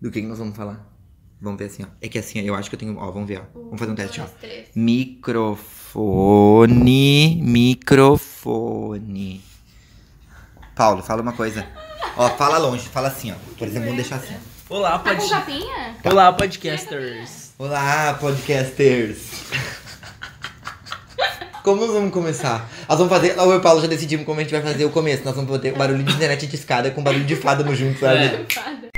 do que, que nós vamos falar. Vamos ver assim, ó. É que assim, ó, eu acho que eu tenho. Ó, vamos ver, ó. Vamos fazer um teste, ó. Tipo, dois, três. Microfone, microfone. Paulo, fala uma coisa. Ó, fala longe, fala assim, ó. Por exemplo, vamos deixar assim. ó. Olá, Tá pod... com capinha? Olá, podcasters. Olá, podcasters. Como nós vamos começar? Nós vamos fazer. Eu e o Paulo já decidimos como a gente vai fazer o começo. Nós vamos fazer o barulho de internet de escada com barulho de fada no junto, sabe? É. Fada.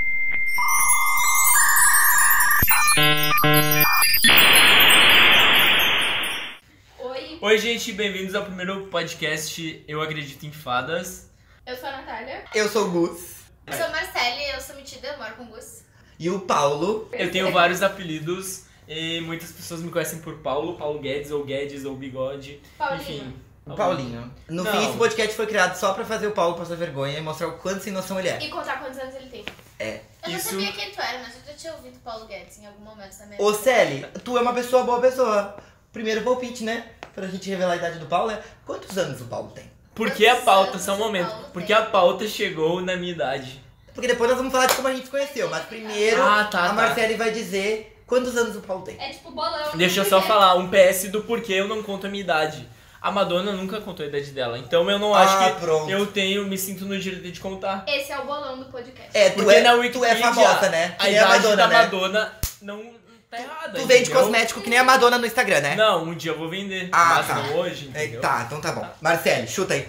Oi, Oi, gente, bem-vindos ao primeiro podcast Eu Acredito em Fadas. eu sou a Natália. Eu sou o Gus. Eu sou Marcele, eu sou metida, eu moro com o Gus. E o Paulo. Eu tenho vários apelidos e muitas pessoas me conhecem por Paulo, Paulo Guedes ou Guedes ou Bigode. Paulinho. Enfim. O Paulinho. No Tá Não. fim, esse podcast foi criado só pra fazer o Paulo passar vergonha e mostrar o quanto sem noção ele é. E contar quantos anos ele tem. Eu não Isso- sabia quem tu era, mas eu já tinha ouvido Paulo Guedes em algum momento também. Ô, Celi, tu é uma pessoa boa pessoa. Primeiro palpite, né? Pra gente revelar a idade do Paulo, é quantos anos o Paulo tem? Por que a pauta? Quantos Só um anos momento. o Paulo Por tem? que a pauta chegou na minha idade? Porque depois nós vamos falar de como a gente se conheceu. Mas primeiro, Ah, tá, a tá. Marcele vai dizer quantos anos o Paulo tem. É tipo bolão. Deixa eu só falar um PS do porquê eu não conto a minha idade. A Madonna nunca contou a idade dela, então eu não acho ah, que pronto. eu tenho, me sinto no direito de contar. Esse é o bolão do podcast. É, tu Porque é, na tu é Wikipedia, famosa, né? Que A nem a idade Madonna, da né? Madonna não tá errada. Tu vende entendeu? cosmético que nem a Madonna no Instagram, né? Não, um dia eu vou vender. Ah, mas tá. não hoje, É, entendeu? tá, então tá bom. Marcele, chuta aí.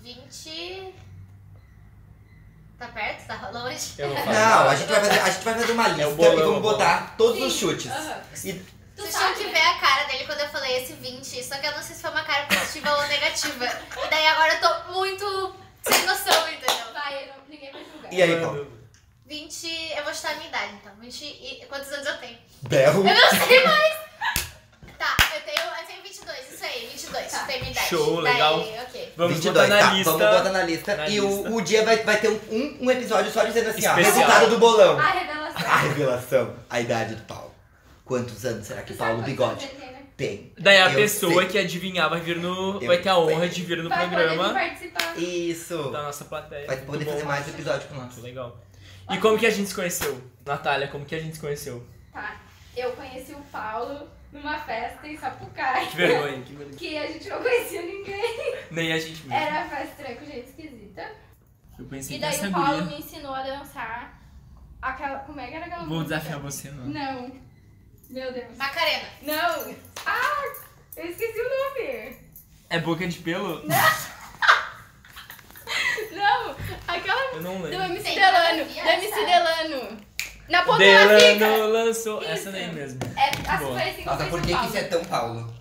20. Tá perto? Tá longe? Eu não falo. Não, a gente vai fazer, a gente vai fazer uma lista bolão, e é o vamos bolão. botar todos os Sim, chutes. aham. E Tu Vocês tinham sabe, que né? ver a cara dele quando eu falei esse 20, só que eu não sei se foi uma cara positiva ou negativa. E daí agora eu tô muito sem noção, entendeu? Vai, eu não- ninguém vai julgar. E é aí, Paulo? 20. Eu vou chutar a minha idade então. 20 e. Quantos anos eu tenho? Bel. Eu não sei mais! Tá, eu tenho, eu tenho 22, isso aí, 22. Tá. Chutei minha idade. Show, Daí, legal. ok. Vamos 22, botar na tá, lista. Vamos botar na lista. Na e o- lista. O, dia vai, vai ter um- um, um episódio só dizendo assim, ó, Especial. resultado do bolão. A revelação. A revelação, a idade do Paulo. Quantos anos será que o Tu sabe Paulo quantos Bigode anos ele tem, né? tem? Daí a Eu pessoa sei. que adivinhar vai vir no. Eu vai ter a honra sei. de vir no Vai poder programa participar. Isso. da nossa plateia. Vai poder Muito fazer Então, bom. mais episódio com nós. Muito legal. E como que a gente se conheceu? Natália, como que a gente se conheceu? Tá. Eu conheci o Paulo numa festa em Sapucaí. Que vergonha, que vergonha. Que a gente não conhecia ninguém. Nem a Hum. gente mesmo. Era a festa tranco, gente esquisita. Eu E pensei daí nessa o guria. Paulo me ensinou a dançar aquela. Como é que era aquela Vou música? desafiar você, não. Não. Meu Deus. Macarena. Não! Ah! Eu esqueci o nome! É boca de pelo? Não! Aquela. Eu não Do lembro. MC Sim, Delano! eu Do vi MC essa. Delano! Na ponta da fica! Delano lançou essa Isso. daí mesmo. É, assim Boa. foi assim que eu Nossa, por conheci que, que o Paulo. isso é tão Paulo?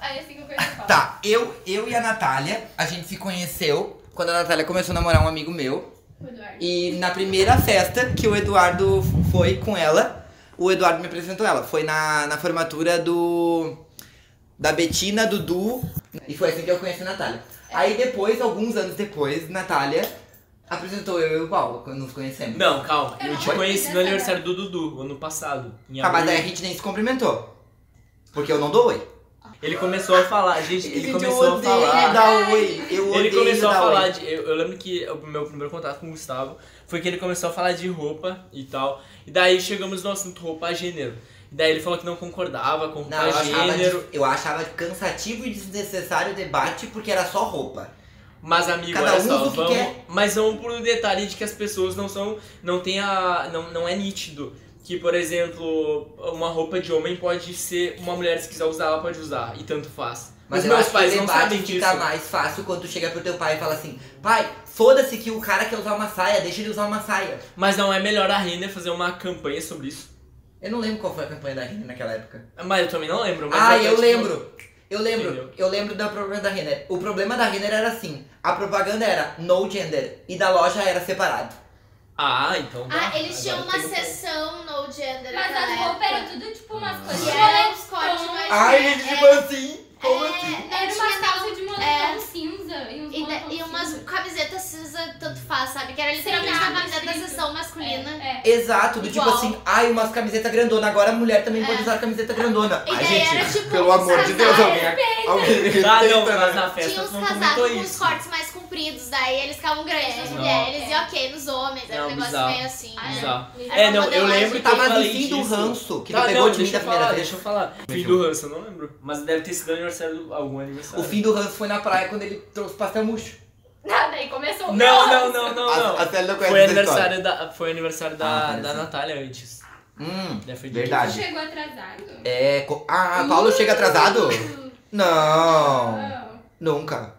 Aí assim que eu conheci o Paulo. Tá, eu, eu e a Natália, a gente se conheceu quando a Natália começou a namorar um amigo meu. O Eduardo. E na primeira festa que o Eduardo foi com ela, o Eduardo me apresentou ela. Foi na, na formatura do. da Betina, Dudu. E foi assim que eu conheci a Natália. Aí depois, alguns anos depois, Natália apresentou eu e o Paulo, quando nos conhecemos. Não, calma. Eu te Foi? conheci no aniversário do Dudu, ano passado. Em Tá, mas abril. daí a gente nem se cumprimentou. Porque eu não dou oi. Ele começou a falar, gente, ele Gente, eu começou a odeio falar. dar oi. Eu odeio Ele começou a dar falar oi. de. Eu, eu lembro que o meu primeiro contato com o Gustavo foi que ele começou a falar de roupa e tal. E daí chegamos no assunto roupa gênero. E daí ele falou que não concordava com Não, roupa eu achava, gênero. de- eu achava cansativo e desnecessário o debate porque era só roupa. Mas amigo, Cada olha um só, usa o que vamos. quer. Mas vamos por um detalhe de que as pessoas não são. não tem a. não, não é nítido. Que, por exemplo, uma roupa de homem pode ser. Uma mulher, se quiser usar, ela pode usar. E tanto faz. Mas Os eu meus acho pais que o não debate sabem disso. fica mais fácil quando tu chega pro teu pai e fala assim: pai, foda-se que o cara quer usar uma saia, deixa ele usar uma saia. Mas não é melhor a Renner fazer uma campanha sobre isso? Eu não lembro qual foi a campanha da Renner naquela época. Mas eu também não lembro. Mas ah, é, eu tipo, lembro. Eu lembro, Entendeu? eu lembro da propaganda da Renner. O problema da Renner era assim: a propaganda era no gender e da loja era separado. Ah, então. dá. Ah, eles tinham Agora uma tem um ponto. sessão no gender. Mas naquela as roupas época. Ah. eram tudo tipo umas coisas. E era um corte mais- Ai, gente, tipo assim. Como É, assim? não Era tinha umas calças de moletom é. cinza e uns E, da- moletom e umas cinza. camisetas cinza, tanto faz, sabe? Que era literalmente nada uma camiseta da escrito. sessão masculina. É, é. Exato, do tipo Igual. assim, ai, umas camisetas grandona, agora a mulher também pode É. usar camiseta grandona. E Ai, daí gente, era tipo pelo uns amor de Deus, casais. alguém, alguém me Tá, não, respeita, mas né? na festa Tinha uns tu não comentou casacos com os isso. cortes mais compridos, daí eles ficavam grandes nas É. mulheres Não. e ok nos homens, era Não, um negócio bizarro. meio assim. Ah, né? Bizarro. Era É, uma não, eu modelagem. lembro que eu Tá, mas falei no fim do disso. ranço, que Tá, tu pegou não, de mim deixa da eu primeira falar, vez. deixa eu falar. Fim do ranço, eu não lembro. Mas deve ter sido aniversário, do- algum O aniversário. fim do ranço foi na praia quando ele trouxe pastel murcho. Nada, aí começou o Não, caos. não, não, não, não. A, a Célia não conhece essa Foi história. aniversário da, foi aniversário da, Ah, da aniversário. Natália antes. Hum, Daí foi de- Tu verdade. chegou atrasado? É, co- ah, Paulo chega atrasado? Não, Não. nunca.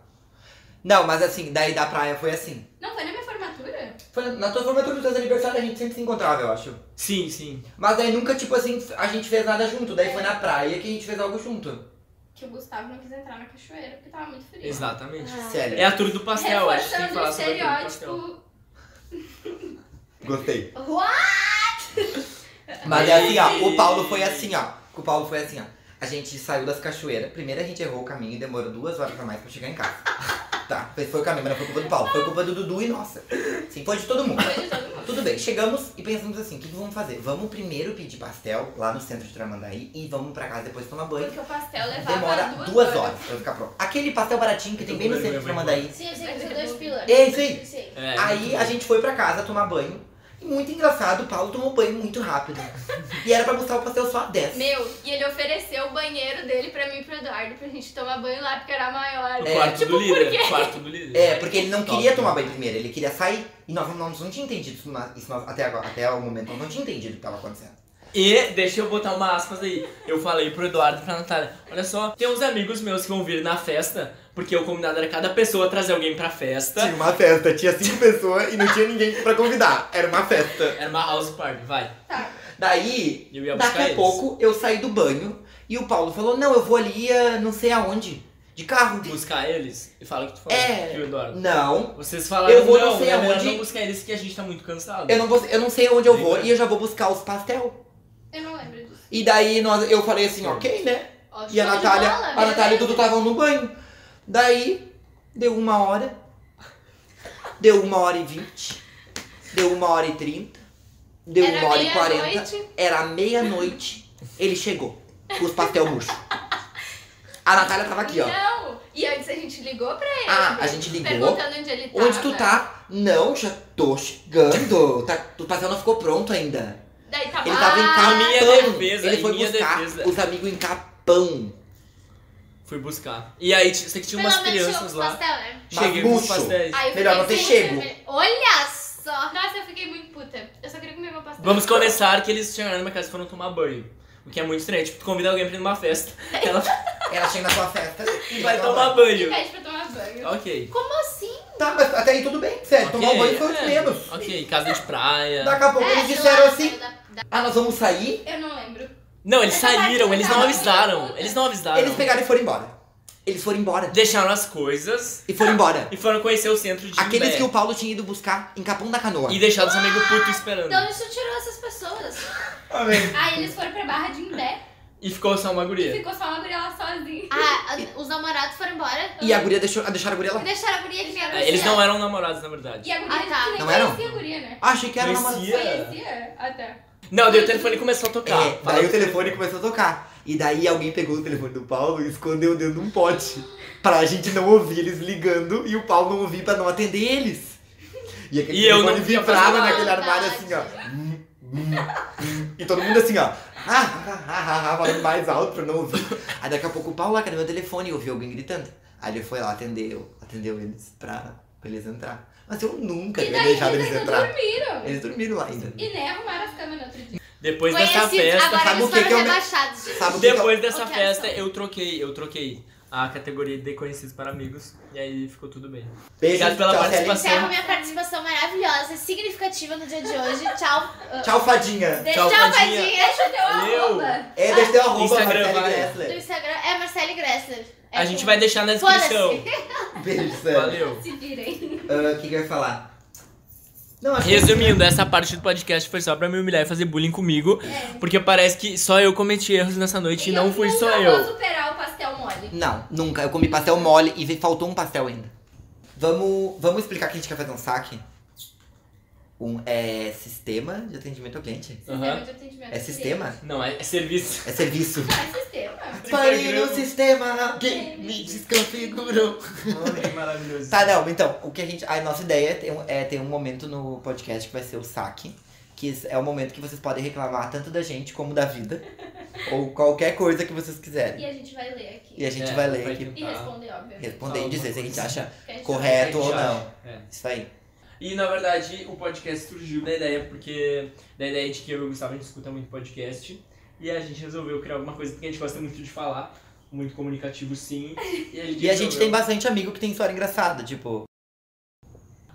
Não, mas assim, daí da praia foi assim. Não foi na minha formatura? Foi na tua formatura dos teus aniversários a gente sempre se encontrava, eu acho. Sim, sim. Mas daí nunca, tipo assim, a gente fez nada junto. Daí foi na praia que a gente fez algo junto. Que o Gustavo não quis entrar na cachoeira porque tava muito frio. Exatamente. Sério. É a turma do pastel, acho que tem que Reforçando o falar sobre a turma do pastel. estereótipo. Gostei. What? Mas é assim, ó, o Paulo foi assim, ó. O Paulo foi assim, ó. A gente saiu das cachoeiras. Primeiro a gente errou o caminho e demorou duas horas a mais pra chegar em casa. Tá, foi foi o caminho, mas não foi culpa do Paulo. Foi culpa do Dudu e nossa. Sim, foi de todo mundo. Foi de todo mundo. Tudo bem, chegamos e pensamos assim, o que, que vamos fazer? Vamos primeiro pedir pastel lá no centro de Tramandaí e vamos pra casa depois tomar banho. Porque o pastel levava Demora duas, duas horas pra ficar pronto. Aquele pastel baratinho que tem bem no centro de Tramandaí. Sim, eu sei que são dois pilares. É isso aí. Sim. É, Aí a gente foi pra casa tomar banho. E muito engraçado, o Paulo tomou banho muito rápido. e era pra buscar o pastel só a 10. Meu, e ele ofereceu o banheiro dele pra mim e pro Eduardo pra gente tomar banho lá porque era maior. O É, quarto tipo, do por líder. quê? quarto do líder. É, porque ele não Top. queria tomar banho primeiro, ele queria sair. E nós, nós não tínhamos entendido isso, na- isso nós- até, agora, até o momento, nós não tínhamos entendido o que estava acontecendo. E deixa eu botar uma aspas aí. Eu falei pro Eduardo e pra Natália: Olha só, tem uns amigos meus que vão vir na festa, porque o combinado era cada pessoa trazer alguém pra festa. uma festa, tinha cinco pessoas e não tinha ninguém pra convidar. Era uma festa. Era uma house party, vai. Tá. Daí, Eu ia buscar daqui a eles. pouco, eu saí do banho e o Paulo falou: Não, eu vou ali, ah, não sei aononde, de carro. Buscar eles e fala o que tu falou. É. E o Eduardo. Não, Vocês falaram Eu vou não não, sei é melhor aonde. não buscar eles que a gente tá muito cansado. eu não, vou, eu não sei aonde eu vou e eu já vou buscar os pastel. Eu não lembro disso. E daí nós, eu falei assim, ok, né? Ó, E a show de Natália, bola, a beleza. Natália e o Dudu estavam no banho. Daí, deu uma hora. Deu uma hora e vinte. Deu uma hora e trinta. Deu Era uma hora e meia-noite. um quarenta. Era meia-noite. Ele chegou. Com os pastel murcho. A Natália tava aqui, ó. Não! E antes a gente ligou pra ele. Ah, a gente ligou. Perguntando onde ele tava. Onde tu tá? Não, já tô chegando. Tá, o pastel não ficou pronto ainda. Daí tava. tá? Ele tava em Ah, Capão. minha defesa, ele foi em minha buscar defesa. os amigos em Capão. Fui buscar. E aí, t- sei que tinha Pelo umas menos chegou crianças com lá. pastel, né? Mas Cheguei com os murcho. pastéis. Aí eu Melhor não ter fiquei chego. super vermelha. Olha só. Nossa, eu fiquei muito puta. Eu só queria comer meu pastel. Vamos começar que eles chegaram na minha casa e foram tomar banho. O que é muito estranho. Tipo, tu convida alguém pra ir numa festa, ela Ela chega na tua festa e vai tomar banho. E pede pra tomar banho. Ok. Como assim? Tá, mas até aí tudo bem, sério. Ok, Tomar banho foi o é, de menos. Ok, casa de praia. Daqui a pouco É, né? eles sei disseram lá, assim: saiu da- é. da- Ah, nós vamos sair. Eu não lembro. Não, eles Essa parte saíram, não eles tá não bom. avisaram. Eles Ah, não avisaram. Eles pegaram e foram embora. Eles foram embora. Deixaram as coisas E foram embora. e foram conhecer o centro de Aqueles Imbé. que o Paulo tinha ido buscar em Capão da Canoa. E deixaram os amigos putos esperando. Então isso tirou essas pessoas. Amém. Aí eles foram pra Barra de Imbé E ficou só uma e guria. ficou só uma guria lá sozinha. Ah, a- os namorados foram embora. E a guria deixou, deixaram a guria E lá. deixaram a guria que era É, Eles assim, ó. não eram namorados, na verdade. E a guria Ah, tá. que nem Não conhecia a guria, né? Ah, achei que era uma namorada. Conhecia. Yeah. Conhecia? Ah, tá. Não, daí o telefone começou a tocar. É, daí o telefone começou a tocar. E daí alguém pegou o telefone do Paulo e escondeu dentro de um pote. Pra gente não ouvir eles ligando e o Paulo não ouvir pra não atender eles. E aquele E eu telefone não podia vibrava fazer nada. naquele armário assim, ó. Hum, hum, hum. E todo mundo assim, ó. Ah, ah, ah, ah, ah, falando mais alto pra não ouvir. Aí daqui a pouco o Paulo lá, cadê meu telefone? E ouviu alguém gritando. Aí ele foi lá, atendeu, atendeu eles pra, pra eles entrar. Mas eu nunca E tinha daí eles deixado eles ainda entrar. dormiram. Eles dormiram lá ainda. E nem arrumaram as camas no outro dia. Depois dessa Conhecidos. festa. Agora sabe o eles que foram que eu me- rebaixados. gente. Sabe o que que eu- Depois dessa Ok, festa, ação. eu troquei, eu troquei a categoria de conhecidos para amigos. E aí ficou tudo bem. Beijo, Obrigado pela tchau, Célia. participação. Encerro minha participação maravilhosa e significativa no dia de hoje. Tchau. Ah, Tchau, fadinha. Tchau, Fadinha. Fadinha. Deixa eu ter Valeu. arroba. É, deixa teu arroba, Marcele Instagram, vai. Do Gressler. Instagram é Marcele Gressler. É A com- gente vai deixar na Foda-se. descrição. Beijo, Sandra. Valeu. Se virem. Ah, O que que eu ia falar? Não, acho que- Resumindo, essa parte do podcast foi só pra me humilhar e fazer bullying É. comigo. Porque parece que só eu cometi erros nessa noite e não fui nunca só Vou eu. superar o pastel mole. Não, nunca. Eu comi pastel mole e faltou um pastel ainda. Vamos, vamos explicar que a gente quer fazer um saque? Um é sistema de atendimento ao cliente? Aham. Sistema de atendimento. É ao sistema? Não, é, é serviço. É serviço. cliente. Ah, é sistema. Parei no sistema, alguém me desconfigurou. Mano, que maravilhoso. Tá, não, então, o que a gente. A nossa ideia é ter, um, é ter um momento no podcast que vai ser o saque. Que é o momento que vocês podem reclamar tanto da gente como da vida. ou qualquer coisa que vocês quiserem. E a gente vai ler aqui. E a gente É, vai ler aqui. E tentar responder, obviamente. Responder e dizer se a gente assim. acha Porque a gente correto não ou vai ver. não. É. Isso aí. E na verdade o podcast surgiu da ideia, porque da ideia de que eu e o Gustavo a gente escuta muito podcast. E a gente resolveu criar alguma coisa porque a gente gosta muito de falar, muito comunicativo sim. E a gente, E a gente resolveu- tem bastante amigo que tem história engraçada, tipo.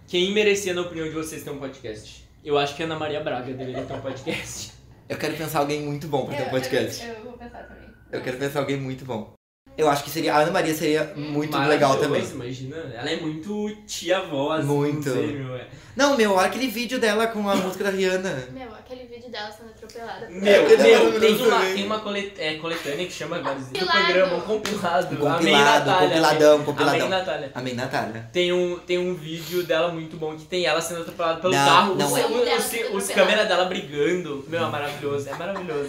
Quem merecia, na opinião de vocês, ter um podcast? Eu acho que a Ana Maria Braga deveria ter um podcast. Eu quero pensar alguém muito bom É. pra ter um Eu- podcast. Eu, eu vou pensar também. Eu quero pensar alguém muito bom. Eu acho que seria. A Ana Maria seria muito legal também. Hum, Maravilhoso, Imagina, ela é muito tia voz. Muito. Não sei, meu, é. Não, meu, olha aquele vídeo dela com a música da Rihanna. Meu, aquele vídeo dela sendo atropelada. Meu, É, meu, tem maravilhoso uma, também. tem uma colet- é, coletânea que chama Vários do Compilado. programa, um compilado. Um Amém, compilado, Natália, compiladão, Amém, Amém, compiladão. Natália. Amém, Natália. Tem um, tem um vídeo dela muito bom que tem ela sendo atropelada pelo Não, carro, não os, é. os, os, os câmeras dela brigando. Meu, é maravilhoso, é maravilhoso.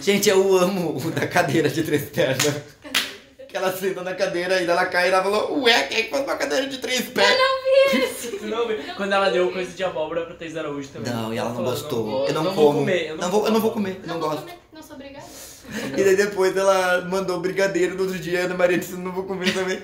Gente, eu amo o da cadeira de três pernas. Que ela senta na cadeira e daí ela cai e ela falou, ué, quem é que faz uma cadeira de três pernas? Tu não vê? Quando ela deu coisa de abóbora pra Thais Araújo também. Não, e ela não Falou, gostou. vou- Eu não vou como. comer, Não vou, eu não vou comer, eu não Não, vou gosto. comer, não sou obrigada. E daí depois ela mandou brigadeiro no outro dia, Ana Maria disse, não vou comer também.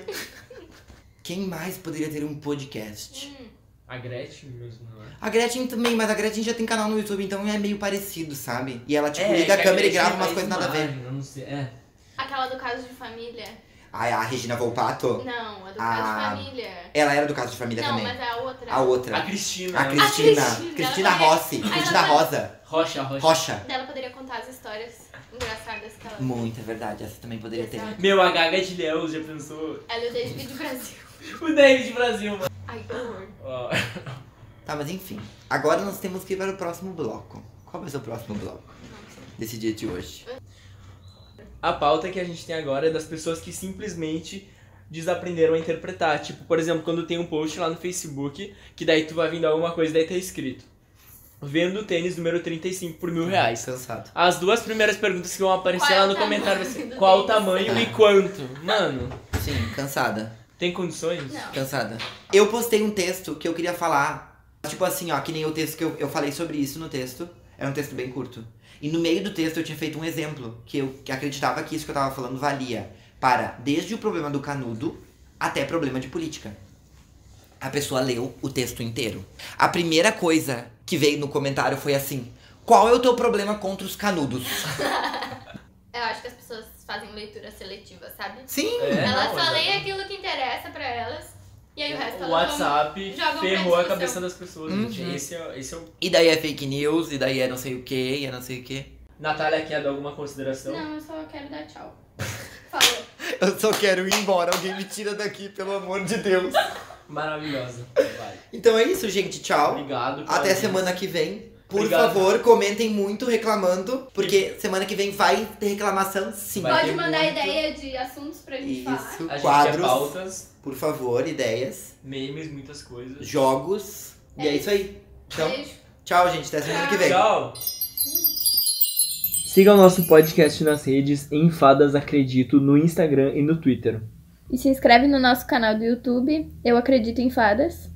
Quem mais poderia ter um podcast? Hum. A Gretchen mesmo, não é? A Gretchen também, mas a Gretchen já tem canal no YouTube, então é meio parecido, sabe? E ela, tipo, É, liga a que câmera e Gretchen grava umas faz coisas nada a ver. imagem, eu não sei, é. Aquela do caso de família. Ai, a Regina Volpato, Não, a do Ah, caso de família. ela era do caso de família Não, também. mas é a outra. A outra. A Cristina. Tá. A né? Cristina. Cristina. Cristina Ela Rossi. conhece. Cristina Ela Rosa. Rocha, Rocha. Rocha. Dela poderia contar as histórias engraçadas que ela. Muito, é verdade. Essa também poderia ter. Meu, a Gaga é de Léo já pensou. Ela e o David do Brasil. O David Brasil, mano. Ai, que horror. Ó, Tá, mas enfim. Agora nós temos que ir para o próximo bloco. Qual vai ser o próximo bloco desse dia de hoje? A pauta que a gente tem agora é das pessoas que simplesmente desaprenderam a interpretar. Tipo, por exemplo, quando tem um post lá no Facebook, que daí tu vai vindo alguma coisa daí tá escrito. Vendo o tênis número 35 por mil reais. Cansado. As duas primeiras perguntas que vão aparecer Qual é lá o no comentário vai tamanho ser do qual o tênis? tamanho É. e quanto. Mano, Sim, cansada. tem condições? Não. Cansada. Eu postei um texto que eu queria falar. Tipo assim, ó, que nem o texto que eu, eu falei sobre isso no texto. Era um texto bem curto. E no meio do texto eu tinha feito um exemplo que eu que acreditava que isso que eu tava falando valia para desde o problema do canudo até problema de política. A pessoa leu o texto inteiro. A primeira coisa que veio no comentário foi assim: Qual é o teu problema contra os canudos? Eu acho que as pessoas fazem leitura seletiva, sabe? Sim! É, elas não, só é. leem aquilo que interessa pra elas. E aí o resto O elas WhatsApp jogam pra ferrou a discussão. cabeça das pessoas, gente. Uhum. Esse é, esse é o. E daí é fake news, e daí é não sei o que, e é não sei o que. Natália quer dar alguma consideração? Não, eu só quero dar tchau. Falou. Eu só quero ir embora, alguém me tira daqui, pelo amor de Deus. Maravilhosa. Vai. Então é isso, gente, tchau. Obrigado. Até Claudinha. semana que vem. Por Obrigado. favor, comentem muito reclamando, porque semana que vem vai ter reclamação sim. Vai Pode ter mandar muito. ideia de assuntos pra gente falar. Isso, A gente quer quadros, pautas, por favor, ideias, memes, muitas coisas. jogos. E é isso aí. Então, Beijo. Tchau, gente. Até semana que vem. Tchau! Siga o nosso podcast nas redes Enfadas Acredito no Instagram e no Twitter. E se inscreve no nosso canal do YouTube, Eu Acredito em Fadas.